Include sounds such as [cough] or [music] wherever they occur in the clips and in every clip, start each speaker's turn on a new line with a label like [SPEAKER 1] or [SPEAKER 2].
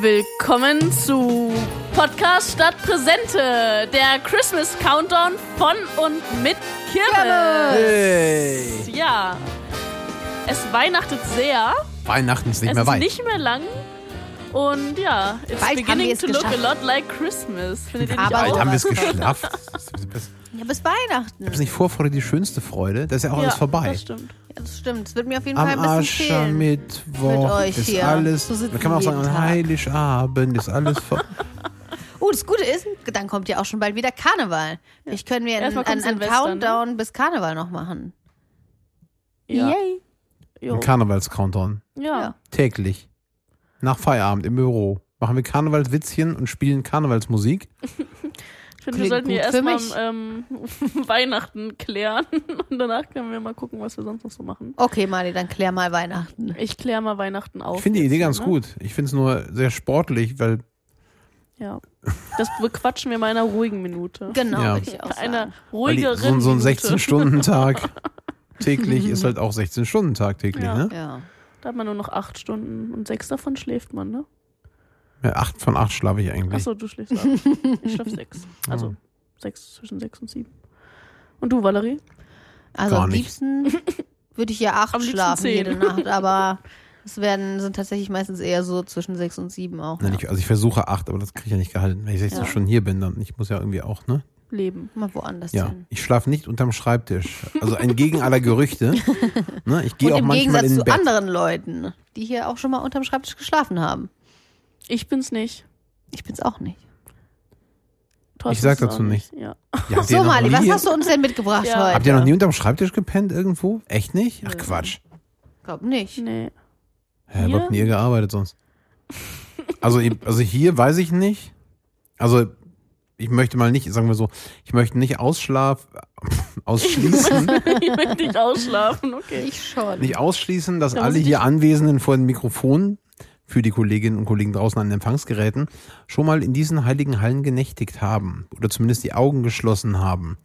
[SPEAKER 1] Willkommen zu Podcast Stadt Präsente, der Christmas Countdown von und mit Kirmes. Ja, es weihnachtet sehr.
[SPEAKER 2] Weihnachten ist nicht
[SPEAKER 1] es
[SPEAKER 2] mehr
[SPEAKER 1] ist
[SPEAKER 2] weit.
[SPEAKER 1] nicht mehr lang. Und ja, it's
[SPEAKER 3] Bald haben wir
[SPEAKER 1] beginning
[SPEAKER 3] es
[SPEAKER 1] to look
[SPEAKER 3] geschafft.
[SPEAKER 1] a lot like Christmas. Findet ihr nicht
[SPEAKER 3] Aber-
[SPEAKER 1] auch?
[SPEAKER 2] Bald haben wir es
[SPEAKER 3] was?
[SPEAKER 2] geschafft. Das ist- das
[SPEAKER 3] Ja, bis Weihnachten.
[SPEAKER 2] ist nicht Vorfreude die schönste Freude. Das ist ja auch alles vorbei.
[SPEAKER 1] Das stimmt.
[SPEAKER 3] Ja, das stimmt. Es wird mir auf jeden
[SPEAKER 2] Am
[SPEAKER 3] Fall ein bisschen fehlen. Mit
[SPEAKER 2] Aschermittwoch
[SPEAKER 3] euch
[SPEAKER 2] ist
[SPEAKER 3] hier.
[SPEAKER 2] alles.
[SPEAKER 3] So sitzen
[SPEAKER 2] da kann man auch
[SPEAKER 3] wir
[SPEAKER 2] sagen,
[SPEAKER 3] jeden
[SPEAKER 2] an
[SPEAKER 3] Tag.
[SPEAKER 2] Heiligabend ist alles vorbei.
[SPEAKER 3] Oh, das Gute ist, dann kommt ja auch schon bald wieder Karneval. Ich können wir einen,
[SPEAKER 1] Erstmal kommt
[SPEAKER 3] einen, einen
[SPEAKER 1] Silvester, ne?
[SPEAKER 3] Countdown bis Karneval noch machen.
[SPEAKER 1] Ja.
[SPEAKER 3] Yay.
[SPEAKER 1] Jo.
[SPEAKER 2] Ein Karnevals-Countdown.
[SPEAKER 1] ja.
[SPEAKER 2] Täglich. Nach Feierabend im Büro. Machen wir Karnevalswitzchen und spielen Karnevalsmusik.
[SPEAKER 1] Ich finde, wir
[SPEAKER 3] Klingt
[SPEAKER 1] sollten hier
[SPEAKER 3] gut für
[SPEAKER 1] erstmal ähm, [laughs] Weihnachten klären und danach können wir mal gucken, was wir sonst noch so machen.
[SPEAKER 3] Okay, Mali, dann klär mal Weihnachten.
[SPEAKER 1] Ich kläre mal Weihnachten auf.
[SPEAKER 2] Ich finde die
[SPEAKER 1] jetzt
[SPEAKER 2] Idee
[SPEAKER 1] hier,
[SPEAKER 2] ganz
[SPEAKER 1] ne?
[SPEAKER 2] gut. Ich finde es nur sehr sportlich, weil
[SPEAKER 1] Ja. Das bequatschen wir mal in einer ruhigen Minute.
[SPEAKER 3] Genau,
[SPEAKER 2] Ja.
[SPEAKER 3] würde ich auch
[SPEAKER 1] Bei einer
[SPEAKER 3] sagen.
[SPEAKER 2] weil die,
[SPEAKER 1] ruhigeren
[SPEAKER 2] so, so ein
[SPEAKER 1] Minute.
[SPEAKER 2] 16-Stunden-Tag täglich ist halt auch 16-Stunden-Tag täglich.
[SPEAKER 1] Ja.
[SPEAKER 2] Ne?
[SPEAKER 3] Ja.
[SPEAKER 1] Da hat man nur noch acht Stunden und sechs davon schläft man, ne?
[SPEAKER 2] Ja, acht von acht schlafe ich eigentlich.
[SPEAKER 1] Achso, du schläfst acht. Ich schlaf
[SPEAKER 2] [laughs]
[SPEAKER 1] sechs. Also
[SPEAKER 2] Ja.
[SPEAKER 1] sechs, zwischen sechs und sieben. Und du, Valerie?
[SPEAKER 3] Also
[SPEAKER 2] Gar
[SPEAKER 3] am
[SPEAKER 2] nicht.
[SPEAKER 1] [laughs]
[SPEAKER 3] liebsten würde ich hier acht
[SPEAKER 1] Am liebsten
[SPEAKER 3] schlafen
[SPEAKER 1] zehn.
[SPEAKER 3] jede Nacht, aber es werden, sind tatsächlich meistens eher so zwischen sechs und sieben auch.
[SPEAKER 2] Nein, ich, also ich versuche acht, aber das kriege ich ja nicht gehalten. Wenn ich 16
[SPEAKER 1] Ja.
[SPEAKER 2] Stunden hier bin, dann ich muss ja irgendwie auch, ne?
[SPEAKER 1] Leben.
[SPEAKER 3] Mal woanders
[SPEAKER 2] Ja.
[SPEAKER 3] hin.
[SPEAKER 2] Ich schlafe nicht unterm Schreibtisch. Also entgegen aller
[SPEAKER 3] [laughs]
[SPEAKER 2] Gerüchte. Ne? Ich gehe
[SPEAKER 3] Und
[SPEAKER 2] auch
[SPEAKER 3] im
[SPEAKER 2] manchmal
[SPEAKER 3] Gegensatz
[SPEAKER 2] in
[SPEAKER 3] zu
[SPEAKER 2] Bett.
[SPEAKER 3] anderen Leuten, die hier auch schon mal unterm Schreibtisch geschlafen haben.
[SPEAKER 1] Ich bin's nicht.
[SPEAKER 3] Ich bin's auch nicht.
[SPEAKER 1] Thorsten
[SPEAKER 2] Ich sag
[SPEAKER 1] ist es auch
[SPEAKER 2] dazu nicht.
[SPEAKER 1] Ja.
[SPEAKER 2] Ja, habt ihr
[SPEAKER 3] so,
[SPEAKER 2] noch
[SPEAKER 3] Mali, was
[SPEAKER 2] nie-
[SPEAKER 3] hast du uns denn
[SPEAKER 1] [laughs]
[SPEAKER 3] mitgebracht
[SPEAKER 1] Ja.
[SPEAKER 3] heute?
[SPEAKER 2] Habt ihr noch nie unterm Schreibtisch gepennt irgendwo? Echt nicht? Ach
[SPEAKER 3] Nö.
[SPEAKER 2] Quatsch.
[SPEAKER 3] Glaub nicht.
[SPEAKER 1] Nee. [laughs]
[SPEAKER 2] Hä,
[SPEAKER 1] Hier?
[SPEAKER 2] wo habt denn ihr gearbeitet sonst? Also, ich- also hier weiß ich nicht. Also ich möchte mal nicht, sagen wir so, ich möchte nicht ausschlaf, [laughs] ausschließen,
[SPEAKER 1] ich möchte nicht ausschlafen, okay.
[SPEAKER 3] Ich schon.
[SPEAKER 2] nicht ausschließen, dass
[SPEAKER 1] Da muss
[SPEAKER 2] alle
[SPEAKER 1] ich
[SPEAKER 2] hier Anwesenden vor den Mikrofonen für die Kolleginnen und Kollegen draußen an den Empfangsgeräten schon mal in diesen heiligen Hallen genächtigt haben oder zumindest die Augen geschlossen haben.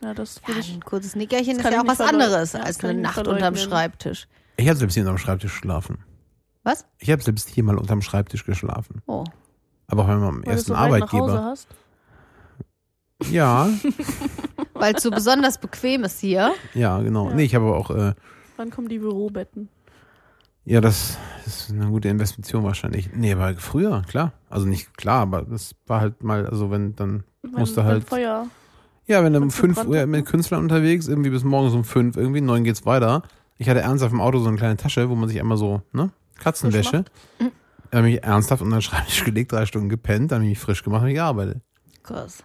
[SPEAKER 1] Ja, das
[SPEAKER 3] Ja,
[SPEAKER 1] würde ich.
[SPEAKER 3] ein kurzes
[SPEAKER 1] Das
[SPEAKER 3] Nickerchen ist
[SPEAKER 1] kann
[SPEAKER 3] ja
[SPEAKER 1] ich
[SPEAKER 3] auch
[SPEAKER 1] nicht
[SPEAKER 3] was
[SPEAKER 1] verleugnen.
[SPEAKER 3] anderes
[SPEAKER 1] Ja, das
[SPEAKER 3] als
[SPEAKER 1] kann
[SPEAKER 3] eine
[SPEAKER 1] ich nicht
[SPEAKER 3] Nacht unterm
[SPEAKER 1] verleugnen.
[SPEAKER 3] Schreibtisch.
[SPEAKER 2] Ich habe selbst hier unterm Schreibtisch geschlafen.
[SPEAKER 3] Was?
[SPEAKER 2] Ich habe selbst hier mal unterm Schreibtisch geschlafen.
[SPEAKER 1] [laughs]
[SPEAKER 3] Oh.
[SPEAKER 2] Aber auch bei meinem
[SPEAKER 1] Weil du
[SPEAKER 2] ersten
[SPEAKER 1] so weit nach Hause
[SPEAKER 2] Arbeitgeber.
[SPEAKER 1] hast. [laughs]
[SPEAKER 2] Ja,
[SPEAKER 3] Weil es so besonders bequem ist hier.
[SPEAKER 2] ja, genau.
[SPEAKER 1] Ja.
[SPEAKER 2] Nee, ich habe aber auch äh,
[SPEAKER 1] Wann kommen die Bürobetten?
[SPEAKER 2] Ja, das ist eine gute Investition wahrscheinlich. Nee, aber früher, klar. Also nicht klar, aber das war halt mal, also wenn dann musst du
[SPEAKER 1] Wenn- wenn
[SPEAKER 2] halt.
[SPEAKER 1] Feuer.
[SPEAKER 2] Ja, wenn du um
[SPEAKER 1] Hat's
[SPEAKER 2] 5
[SPEAKER 1] gebrannt?
[SPEAKER 2] Uhr mit Künstlern unterwegs, irgendwie bis morgens um 5, irgendwie um 9 geht's weiter. Ich hatte ernsthaft im Auto so eine kleine Tasche, wo man sich einmal so, ne? Katzenwäsche.
[SPEAKER 1] Mhm.
[SPEAKER 2] Da habe ich mich ernsthaft unter den [laughs] Schreibtisch gelegt, drei Stunden gepennt, dann habe ich mich frisch gemacht und hab gearbeitet.
[SPEAKER 3] Krass.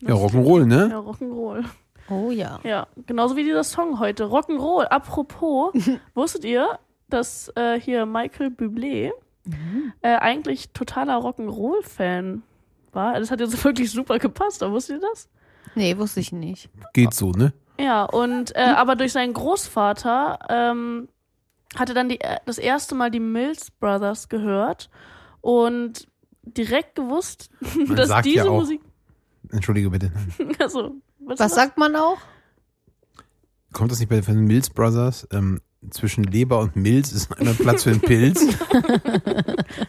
[SPEAKER 2] Ja, Rock'n'Roll, ne?
[SPEAKER 1] Ja, Rock'n'Roll.
[SPEAKER 3] Oh ja.
[SPEAKER 1] Ja, genauso wie dieser Song heute. Rock'n'Roll.
[SPEAKER 2] [laughs]
[SPEAKER 1] Apropos, wusstet ihr, dass äh, hier Michael Bublé
[SPEAKER 2] Mhm.
[SPEAKER 1] äh, eigentlich totaler Rock'n'Roll-Fan war? Das hat jetzt [laughs] wirklich super gepasst, aber wusstet ihr das?
[SPEAKER 3] Nee, wusste ich nicht.
[SPEAKER 2] Geht so, ne?
[SPEAKER 1] Ja, und äh,
[SPEAKER 2] [laughs]
[SPEAKER 1] aber durch seinen Großvater ähm, hatte dann die, äh, das erste Mal die Mills Brothers gehört und direkt gewusst, [laughs]
[SPEAKER 2] Man
[SPEAKER 1] dass
[SPEAKER 2] sagt ja
[SPEAKER 1] diese
[SPEAKER 2] auch-
[SPEAKER 1] Musik.
[SPEAKER 2] Entschuldige bitte.
[SPEAKER 1] Also, was,
[SPEAKER 3] Was sagt man auch?
[SPEAKER 2] Kommt das nicht bei den Mills Brothers? Ähm, zwischen Leber und Milz ist einer Platz für einen Pilz.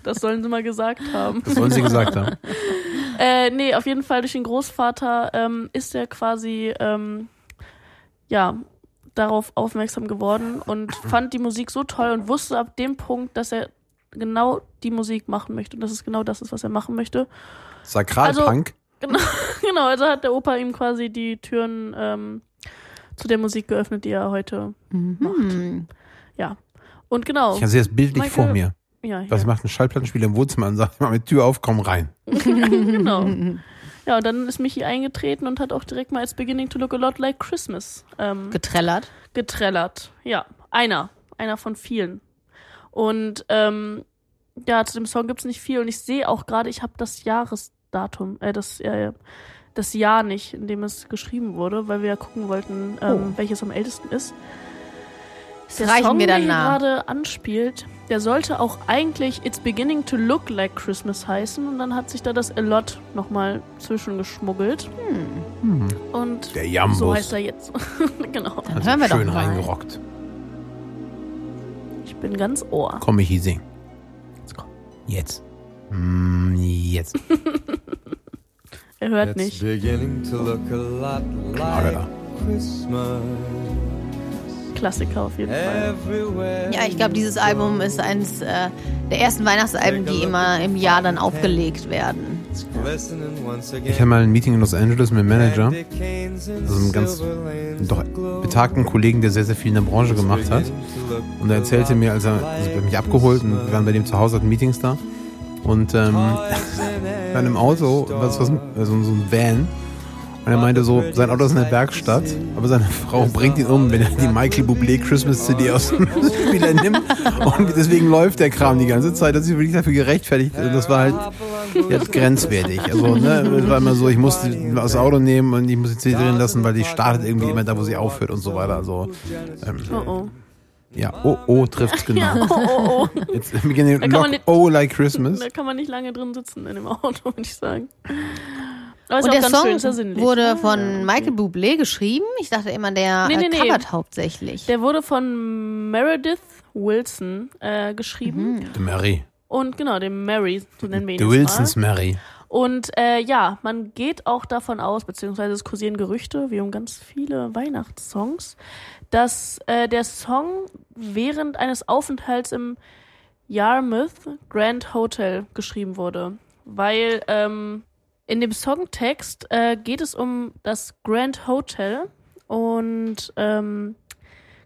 [SPEAKER 1] das sollen sie mal gesagt haben.
[SPEAKER 2] Das sollen sie gesagt haben.
[SPEAKER 1] Äh, nee, auf jeden Fall durch den Großvater ähm, ist er quasi ähm, ja darauf aufmerksam geworden und fand die Musik so toll und wusste ab dem Punkt, dass er genau die Musik machen möchte und dass es genau das ist, was er machen möchte. [laughs] Also,
[SPEAKER 2] Sakralpunk.
[SPEAKER 1] Genau, also hat der Opa ihm quasi die Türen ähm, zu der Musik geöffnet, die er heute
[SPEAKER 3] Mhm.
[SPEAKER 1] ja. Und genau,
[SPEAKER 2] Ich sehe das bildlich
[SPEAKER 1] Michael-
[SPEAKER 2] vor mir.
[SPEAKER 1] ja, hier.
[SPEAKER 2] Was macht ein Schallplattenspieler im Wohnzimmer und sagt immer mit Tür auf, komm rein.
[SPEAKER 1] genau.
[SPEAKER 2] [laughs]
[SPEAKER 1] Ja, und dann ist Michi eingetreten und hat auch direkt mal als Beginning to Look a Lot Like Christmas ähm,
[SPEAKER 3] [laughs] Getrellert.
[SPEAKER 1] getrellert. Ja, einer. Einer von vielen. Und ähm, ja, zu dem Song gibt's nicht viel. Und ich sehe auch gerade, ich habe das Jahresdatum, äh, das, äh, das Jahr nicht, in dem es geschrieben wurde, weil wir ja gucken wollten, ähm, welches am ältesten ist.
[SPEAKER 3] Oh. Das reichen
[SPEAKER 1] Song,
[SPEAKER 3] wir
[SPEAKER 1] der
[SPEAKER 3] dann
[SPEAKER 1] hier
[SPEAKER 3] nach.
[SPEAKER 1] gerade anspielt, der sollte auch eigentlich It's Beginning to Look Like Christmas heißen. Und dann hat sich da das A Lot nochmal zwischengeschmuggelt.
[SPEAKER 2] Hm.
[SPEAKER 1] Und
[SPEAKER 2] Der
[SPEAKER 1] so
[SPEAKER 2] Jambus.
[SPEAKER 1] heißt er jetzt. [laughs] genau.
[SPEAKER 3] Dann
[SPEAKER 2] Also
[SPEAKER 3] hören wir
[SPEAKER 2] schön
[SPEAKER 3] doch mal.
[SPEAKER 2] reingerockt.
[SPEAKER 1] Ich bin ganz ohr.
[SPEAKER 2] Komm, Michi, sing.
[SPEAKER 1] Jetzt komm.
[SPEAKER 2] Jetzt. Mm, jetzt.
[SPEAKER 1] Er hört
[SPEAKER 4] It's
[SPEAKER 1] nicht.
[SPEAKER 4] beginning to look a lot like
[SPEAKER 2] Alter.
[SPEAKER 4] Christmas
[SPEAKER 1] Klassiker auf
[SPEAKER 4] Äh.
[SPEAKER 1] jeden Fall.
[SPEAKER 4] everywhere.
[SPEAKER 3] Ja, ich glaube, dieses Album ist eines äh, der ersten Weihnachtsalben, die immer im Jahr dann aufgelegt werden.
[SPEAKER 4] It's glistening once
[SPEAKER 2] Ich hatte
[SPEAKER 4] again.
[SPEAKER 2] mal ein Meeting in Los Angeles mit dem Manager,
[SPEAKER 4] Candy canes and
[SPEAKER 2] also einem ganz
[SPEAKER 4] silver lanes
[SPEAKER 2] doch
[SPEAKER 4] aglow.
[SPEAKER 2] betagten Kollegen, der sehr, sehr viel in der Branche gemacht hat. Und er erzählte mir, als er also er hat mich abgeholt und wir waren bei dem zu Hause, hatten Meetings da. Und ähm, dann im Auto, was, was, also so ein Van. Und er meinte so, sein Auto ist in der Werkstatt, aber seine Frau bringt ihn um, wenn er die Michael Bublé Christmas CD aus dem [laughs] Spieler nimmt. Und deswegen läuft der Kram die ganze Zeit. Das ist wirklich dafür gerechtfertigt. Und das war halt jetzt grenzwertig. Also, ne, es war immer so, ich musste das Auto nehmen und ich muss die CD drin lassen, weil die startet irgendwie immer da, wo sie aufhört und so weiter. Also, ähm,
[SPEAKER 1] Oh oh.
[SPEAKER 2] ja, oh,
[SPEAKER 1] [laughs]
[SPEAKER 2] oh, trifft's genau.
[SPEAKER 1] Ja, oh oh
[SPEAKER 2] [laughs]
[SPEAKER 1] oh.
[SPEAKER 2] It's
[SPEAKER 1] Da
[SPEAKER 2] beginning
[SPEAKER 1] kann man
[SPEAKER 2] lock,
[SPEAKER 1] nicht-
[SPEAKER 2] oh, like Christmas.
[SPEAKER 1] Da kann man nicht lange drin sitzen in dem Auto, würde ich sagen. Aber ist
[SPEAKER 3] Und
[SPEAKER 1] auch
[SPEAKER 3] der
[SPEAKER 1] ganz schön,
[SPEAKER 3] Song
[SPEAKER 1] ist ja sinnlich.
[SPEAKER 3] wurde von Michael Bublé geschrieben. Ich dachte immer, der
[SPEAKER 1] Nee, nee,
[SPEAKER 3] äh,
[SPEAKER 1] nee.
[SPEAKER 3] covert hauptsächlich.
[SPEAKER 1] Der wurde von Meredith Wilson äh, geschrieben.
[SPEAKER 3] Mhm.
[SPEAKER 2] The Mary.
[SPEAKER 1] Und genau, dem Mary, so nennen wir ihn
[SPEAKER 2] The
[SPEAKER 1] jetzt
[SPEAKER 2] Wilson's Mary.
[SPEAKER 1] mal. Und äh, ja, man geht auch davon aus, beziehungsweise es kursieren Gerüchte, wie um ganz viele Weihnachtssongs, dass äh, der Song während eines Aufenthalts im Yarmouth Grand Hotel geschrieben wurde. Weil ähm, in dem Songtext äh, geht es um das Grand Hotel und ähm,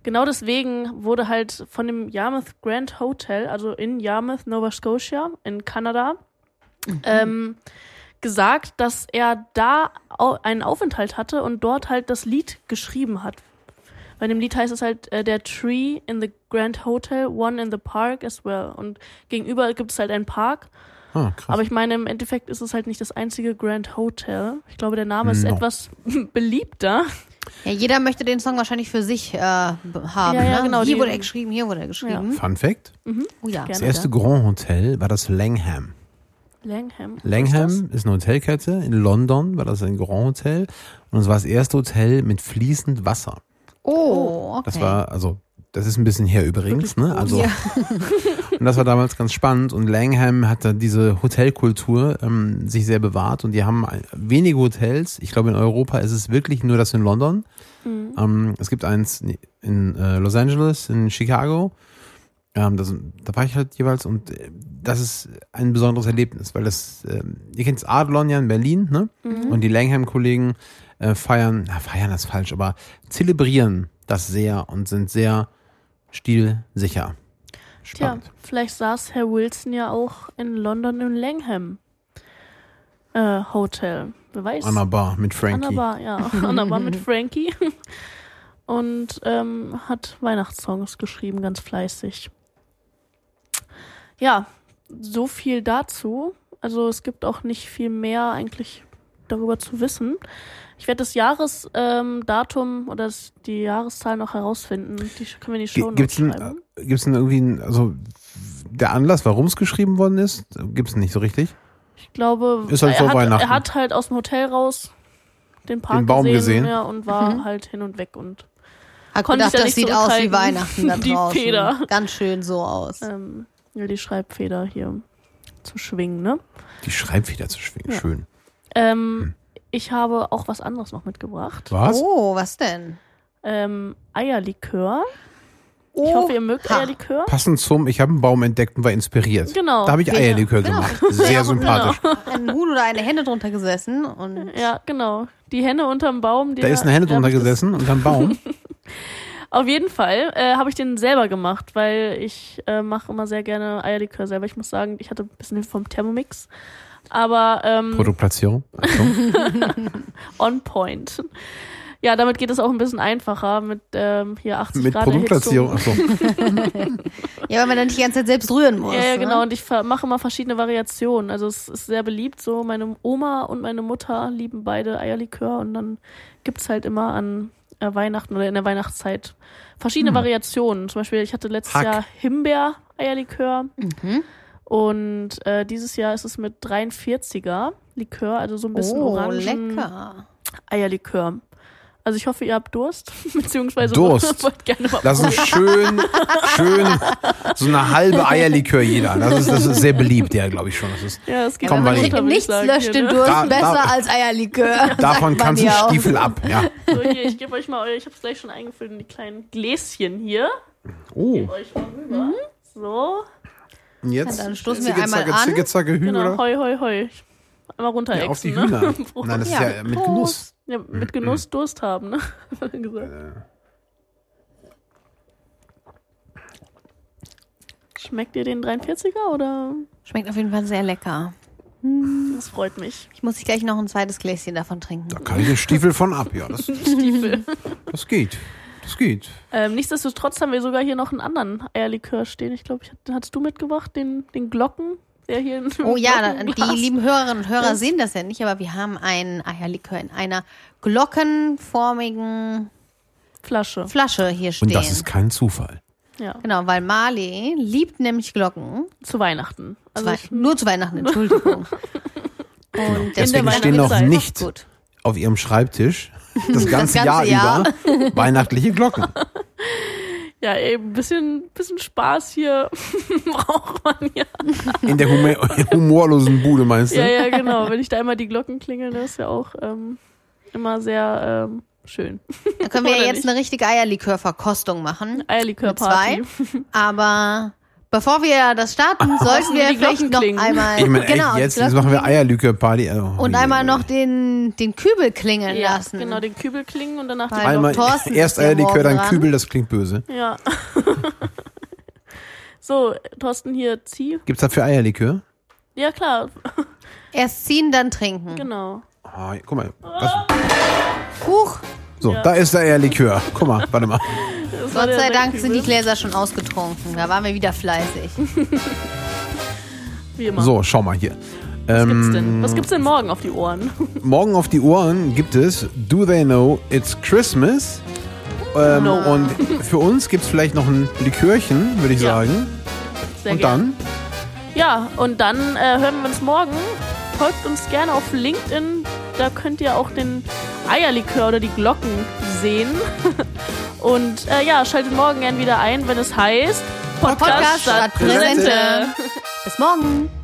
[SPEAKER 1] genau deswegen wurde halt von dem Yarmouth Grand Hotel, also in Yarmouth, Nova Scotia in Kanada, ähm, gesagt, dass er da au einen Aufenthalt hatte und dort halt das Lied geschrieben hat. Bei dem Lied heißt es halt äh, der Tree in the Grand Hotel, One in the Park as well. Und gegenüber gibt es halt einen Park
[SPEAKER 2] Ah, krass.
[SPEAKER 1] aber ich meine, im Endeffekt ist es halt nicht das einzige Grand Hotel. Ich glaube, der Name ist
[SPEAKER 2] No.
[SPEAKER 1] etwas [laughs] beliebter.
[SPEAKER 3] Ja, jeder möchte den Song wahrscheinlich für sich äh, b- haben.
[SPEAKER 1] Ja, ja,
[SPEAKER 3] ne?
[SPEAKER 1] genau,
[SPEAKER 3] Hier
[SPEAKER 1] die-
[SPEAKER 3] wurde er geschrieben, hier wurde er geschrieben.
[SPEAKER 2] Fun Fact:
[SPEAKER 3] Oh ja.
[SPEAKER 1] Gerne.
[SPEAKER 2] Das erste Grand Hotel war das Langham.
[SPEAKER 1] Langham.
[SPEAKER 2] Langham ist, eine Hotelkette. In London war das ein Grand Hotel. Und es war das erste Hotel mit fließend Wasser.
[SPEAKER 3] Oh, okay. Oh,
[SPEAKER 2] Das war, also, das ist ein bisschen her übrigens, ne? Also,
[SPEAKER 3] Ja.
[SPEAKER 2] und das war damals ganz spannend. Und Langham hat da diese Hotelkultur ähm, sich sehr bewahrt. Und die haben ein, wenige Hotels. Ich glaube, in Europa ist es wirklich nur das in London. Ähm, es gibt eins in äh, Los Angeles, in Chicago. Ähm, das, da war ich halt jeweils und äh, das ist ein besonderes Erlebnis, weil das, ähm, ihr kennt Adlon ja in Berlin, ne? Und die Langham-Kollegen äh, feiern, na, feiern ist falsch, aber zelebrieren das sehr und sind sehr stilsicher.
[SPEAKER 1] Tja,
[SPEAKER 2] Spannend.
[SPEAKER 1] vielleicht saß Herr Wilson ja auch in London im Langham äh, Hotel. Wer weiß.
[SPEAKER 2] An der Bar mit
[SPEAKER 1] An der
[SPEAKER 2] Frankie.
[SPEAKER 1] Bar, ja. An der
[SPEAKER 2] [laughs]
[SPEAKER 1] Bar mit Frankie. [laughs] Und ähm, hat Weihnachtssongs geschrieben, ganz fleißig. Ja, so viel dazu. Also es gibt auch nicht viel mehr eigentlich darüber zu wissen. Ich werde das Jahresdatum ähm, Datum oder das, die Jahreszahl noch herausfinden. Die sch- können wir in die Show
[SPEAKER 2] Ge- Gibt's denn,
[SPEAKER 1] schreiben.
[SPEAKER 2] äh, gibt's denn irgendwie, ein- also der Anlass, warum es geschrieben worden ist, gibt's nicht so richtig?
[SPEAKER 1] Ich glaube,
[SPEAKER 2] Ist halt
[SPEAKER 1] er,
[SPEAKER 2] vor
[SPEAKER 1] hat,
[SPEAKER 2] Weihnachten.
[SPEAKER 1] er hat halt aus dem Hotel raus den Park
[SPEAKER 2] Den Baum
[SPEAKER 1] gesehen,
[SPEAKER 2] gesehen. Mhm.
[SPEAKER 1] Ja, und war halt hin und weg und
[SPEAKER 3] Hat
[SPEAKER 1] Konnte ich
[SPEAKER 3] gedacht,
[SPEAKER 1] da
[SPEAKER 3] das
[SPEAKER 1] nicht
[SPEAKER 3] sieht aus wie
[SPEAKER 1] zurückhalten.
[SPEAKER 3] Weihnachten
[SPEAKER 1] [laughs]
[SPEAKER 3] da
[SPEAKER 1] Die
[SPEAKER 3] draußen.
[SPEAKER 1] Feder.
[SPEAKER 3] Ganz schön so aus.
[SPEAKER 1] ähm, die Schreibfeder hier zu schwingen, ne?
[SPEAKER 2] Die Schreibfeder zu schwingen,
[SPEAKER 1] Ja.
[SPEAKER 2] schön. Hm.
[SPEAKER 1] Ähm, ich habe auch was anderes noch mitgebracht.
[SPEAKER 2] Was?
[SPEAKER 3] Oh, was denn?
[SPEAKER 1] Ähm, Eierlikör.
[SPEAKER 3] Oh,
[SPEAKER 1] Ich hoffe, ihr mögt
[SPEAKER 3] ha.
[SPEAKER 1] Eierlikör.
[SPEAKER 2] Passend zum, ich habe einen Baum entdeckt und war inspiriert.
[SPEAKER 1] Genau.
[SPEAKER 2] Da habe ich
[SPEAKER 1] Ja,
[SPEAKER 2] Eierlikör gemacht. Also Sehr sympathisch.
[SPEAKER 3] Genau. Ein Huhn oder eine Hände drunter gesessen
[SPEAKER 1] [laughs]
[SPEAKER 3] und
[SPEAKER 1] Ja, genau. Die Henne unterm Baum.
[SPEAKER 2] Da ist eine Henne drunter
[SPEAKER 1] gesessen.
[SPEAKER 2] gesessen unterm Baum.
[SPEAKER 1] Auf jeden Fall äh, habe ich den selber gemacht, weil ich äh, mache immer sehr gerne Eierlikör selber. Ich muss sagen, ich hatte ein bisschen Hilfe vom Thermomix. Aber ähm,
[SPEAKER 2] Produktplatzierung. Achtung.
[SPEAKER 1] on point. Ja, damit geht es auch ein bisschen einfacher mit ähm, hier 80
[SPEAKER 2] Mit
[SPEAKER 1] Grad
[SPEAKER 2] Produktplatzierung. Achso.
[SPEAKER 3] ja, weil man dann nicht die ganze Zeit selbst rühren muss.
[SPEAKER 1] Ja, ja,
[SPEAKER 3] ne?
[SPEAKER 1] genau. Und ich ver- mache immer verschiedene Variationen. Also es ist sehr beliebt. So meine Oma und meine Mutter lieben beide Eierlikör und dann gibt's halt immer an äh, Weihnachten oder in der Weihnachtszeit verschiedene Variationen. Zum Beispiel, ich hatte letztes
[SPEAKER 2] Hm. Hack.
[SPEAKER 1] Jahr Himbeer-Eierlikör
[SPEAKER 3] Mhm.
[SPEAKER 1] und äh, dieses Jahr ist es mit 43er Likör, also so ein bisschen
[SPEAKER 3] Oh,
[SPEAKER 1] orangen
[SPEAKER 3] lecker.
[SPEAKER 1] Eierlikör. Also ich hoffe, ihr habt Durst, [laughs] beziehungsweise
[SPEAKER 2] Durst?
[SPEAKER 1] [laughs] wollt gerne mal
[SPEAKER 2] Das ist schön, schön, so eine halbe Eierlikör jeder. Das ist, das ist sehr beliebt, ja, glaube ich schon. Das ist,
[SPEAKER 1] Ja, es geht
[SPEAKER 2] Komm,
[SPEAKER 1] einfach
[SPEAKER 2] weil
[SPEAKER 1] runter, würde ich
[SPEAKER 3] Genau,
[SPEAKER 1] sagen,
[SPEAKER 3] Nichts löscht
[SPEAKER 1] hier,
[SPEAKER 3] den
[SPEAKER 1] ne?
[SPEAKER 3] Durst
[SPEAKER 2] Da- da-
[SPEAKER 3] besser als Eierlikör.
[SPEAKER 2] davon
[SPEAKER 3] sagt man
[SPEAKER 2] kannst du
[SPEAKER 3] ja auch.
[SPEAKER 2] Stiefel ab. Ja.
[SPEAKER 1] So, hier, ich gebe euch mal eure, ich habe es gleich schon eingefüllt in die kleinen Gläschen hier.
[SPEAKER 2] Oh,
[SPEAKER 1] Gebe euch mal rüber.
[SPEAKER 3] Mhm.
[SPEAKER 1] So,
[SPEAKER 2] und jetzt?
[SPEAKER 3] Ja, dann stoßen wir
[SPEAKER 2] Zicke,
[SPEAKER 3] einmal
[SPEAKER 2] zacke,
[SPEAKER 3] an.
[SPEAKER 2] Zicke, zacke, Hü,
[SPEAKER 1] genau,
[SPEAKER 2] oder?
[SPEAKER 1] hoi, hoi, hoi. Einmal runter
[SPEAKER 2] Ja, auf die
[SPEAKER 1] ne? [laughs]
[SPEAKER 2] Hühner.
[SPEAKER 3] [laughs]
[SPEAKER 1] Brot.
[SPEAKER 2] Nein, das ist
[SPEAKER 3] Ja,
[SPEAKER 2] ja mit
[SPEAKER 3] Prost.
[SPEAKER 2] Genuss.
[SPEAKER 1] ja, mit Genuss Durst haben, ne? [laughs] Gesagt.
[SPEAKER 2] Äh.
[SPEAKER 1] Schmeckt ihr den 43er oder?
[SPEAKER 3] [laughs] Schmeckt auf jeden Fall sehr lecker.
[SPEAKER 1] Das freut mich.
[SPEAKER 3] Ich muss ich gleich noch ein zweites Gläschen davon trinken.
[SPEAKER 2] Da kann ich den Stiefel von ab, ja. Das, [laughs]
[SPEAKER 1] Stiefel.
[SPEAKER 2] das geht. Das geht.
[SPEAKER 1] ähm, nichtsdestotrotz haben wir sogar hier noch einen anderen Eierlikör stehen. Ich glaube, ich, den hattest du mitgebracht, den, den Glocken, der hier in
[SPEAKER 3] [laughs] Oh ja, da-
[SPEAKER 1] Glockenglas-
[SPEAKER 3] die lieben Hörerinnen und Hörer sehen das ja nicht, aber wir haben einen Eierlikör in einer glockenformigen
[SPEAKER 1] [laughs] Flasche.
[SPEAKER 3] Flasche hier stehen.
[SPEAKER 2] Und das ist kein Zufall.
[SPEAKER 1] Ja.
[SPEAKER 3] genau, weil Marley liebt nämlich Glocken.
[SPEAKER 1] Zu Weihnachten. Also
[SPEAKER 3] Zwei,
[SPEAKER 1] ich,
[SPEAKER 3] nur zu Weihnachten, [laughs] Entschuldigung. Und
[SPEAKER 2] Genau, Deswegen
[SPEAKER 1] Weihnachtszeit.
[SPEAKER 2] stehen noch nicht
[SPEAKER 3] Gut.
[SPEAKER 2] auf ihrem Schreibtisch das ganze,
[SPEAKER 3] ganze
[SPEAKER 2] Jahr,
[SPEAKER 3] Jahr.
[SPEAKER 2] über weihnachtliche Glocken.
[SPEAKER 1] ja, eben ein bisschen, bisschen Spaß hier [laughs] braucht man ja.
[SPEAKER 2] In der hume- humorlosen Bude, meinst du?
[SPEAKER 1] Ja, [laughs] ja, genau. Wenn ich da immer die Glocken klingeln, das ist ja auch ähm, immer sehr ähm, schön.
[SPEAKER 3] Da können wir ja
[SPEAKER 1] Oder
[SPEAKER 3] jetzt
[SPEAKER 1] nicht?
[SPEAKER 3] eine richtige Eierlikörverkostung machen.
[SPEAKER 1] Eierlikörparty.
[SPEAKER 3] Mit Aber bevor wir das starten, sollten wir
[SPEAKER 1] die
[SPEAKER 3] vielleicht
[SPEAKER 1] Glocken
[SPEAKER 3] noch
[SPEAKER 1] klingen.
[SPEAKER 3] einmal.
[SPEAKER 2] Ah. Ich meine, echt,
[SPEAKER 3] genau,
[SPEAKER 2] jetzt,
[SPEAKER 3] die
[SPEAKER 2] jetzt
[SPEAKER 3] Glocken
[SPEAKER 2] machen wir Eierlükör-Party. Oh,
[SPEAKER 3] und
[SPEAKER 2] je,
[SPEAKER 3] einmal
[SPEAKER 2] je.
[SPEAKER 3] noch den, den Kübel klingeln
[SPEAKER 1] Ja,
[SPEAKER 3] lassen.
[SPEAKER 1] genau, den Kübel klingen und danach
[SPEAKER 3] Weil-
[SPEAKER 1] die
[SPEAKER 2] Einmal
[SPEAKER 3] Thorsten
[SPEAKER 2] erst
[SPEAKER 3] ist ja
[SPEAKER 2] Eierlikör,
[SPEAKER 3] morgen
[SPEAKER 2] dann
[SPEAKER 3] dran.
[SPEAKER 2] Kübel, das klingt böse.
[SPEAKER 1] Glocken. Ja. [laughs] so, Thorsten, hier zieh.
[SPEAKER 2] Gibt's dafür Eierlikör?
[SPEAKER 1] Ja, klar,
[SPEAKER 3] Erst ziehen, dann trinken.
[SPEAKER 1] genau.
[SPEAKER 2] Ah, guck mal. Was?
[SPEAKER 3] Huch,
[SPEAKER 2] So, da ist der Eierlikör. Guck mal, warte mal.
[SPEAKER 1] Das war
[SPEAKER 3] Gott
[SPEAKER 1] der-
[SPEAKER 3] sei
[SPEAKER 1] der
[SPEAKER 3] Dank sind die
[SPEAKER 1] Kübel.
[SPEAKER 3] Gläser schon ausgetrunken. Da waren wir
[SPEAKER 1] [laughs]
[SPEAKER 3] wieder fleißig.
[SPEAKER 1] Wie immer.
[SPEAKER 2] So, schau mal hier.
[SPEAKER 1] Was
[SPEAKER 2] Ähm,
[SPEAKER 1] gibt's denn? Was gibt's denn morgen auf die Ohren? [laughs]
[SPEAKER 2] Morgen auf die Ohren gibt es Do They Know It's Christmas? Ähm,
[SPEAKER 1] No.
[SPEAKER 2] Und für uns gibt's vielleicht noch ein Likörchen, würde ich
[SPEAKER 1] Ja,
[SPEAKER 2] sagen.
[SPEAKER 1] Sehr
[SPEAKER 2] und
[SPEAKER 1] gerne.
[SPEAKER 2] dann,
[SPEAKER 1] Ja, und dann äh, hören wir uns morgen. Folgt uns gerne auf LinkedIn. Da könnt ihr auch den Eierlikör oder die Glocken sehen. [laughs] Und äh, ja, schaltet morgen gern wieder ein, wenn es heißt
[SPEAKER 3] Podcast statt Präsente. Bis morgen.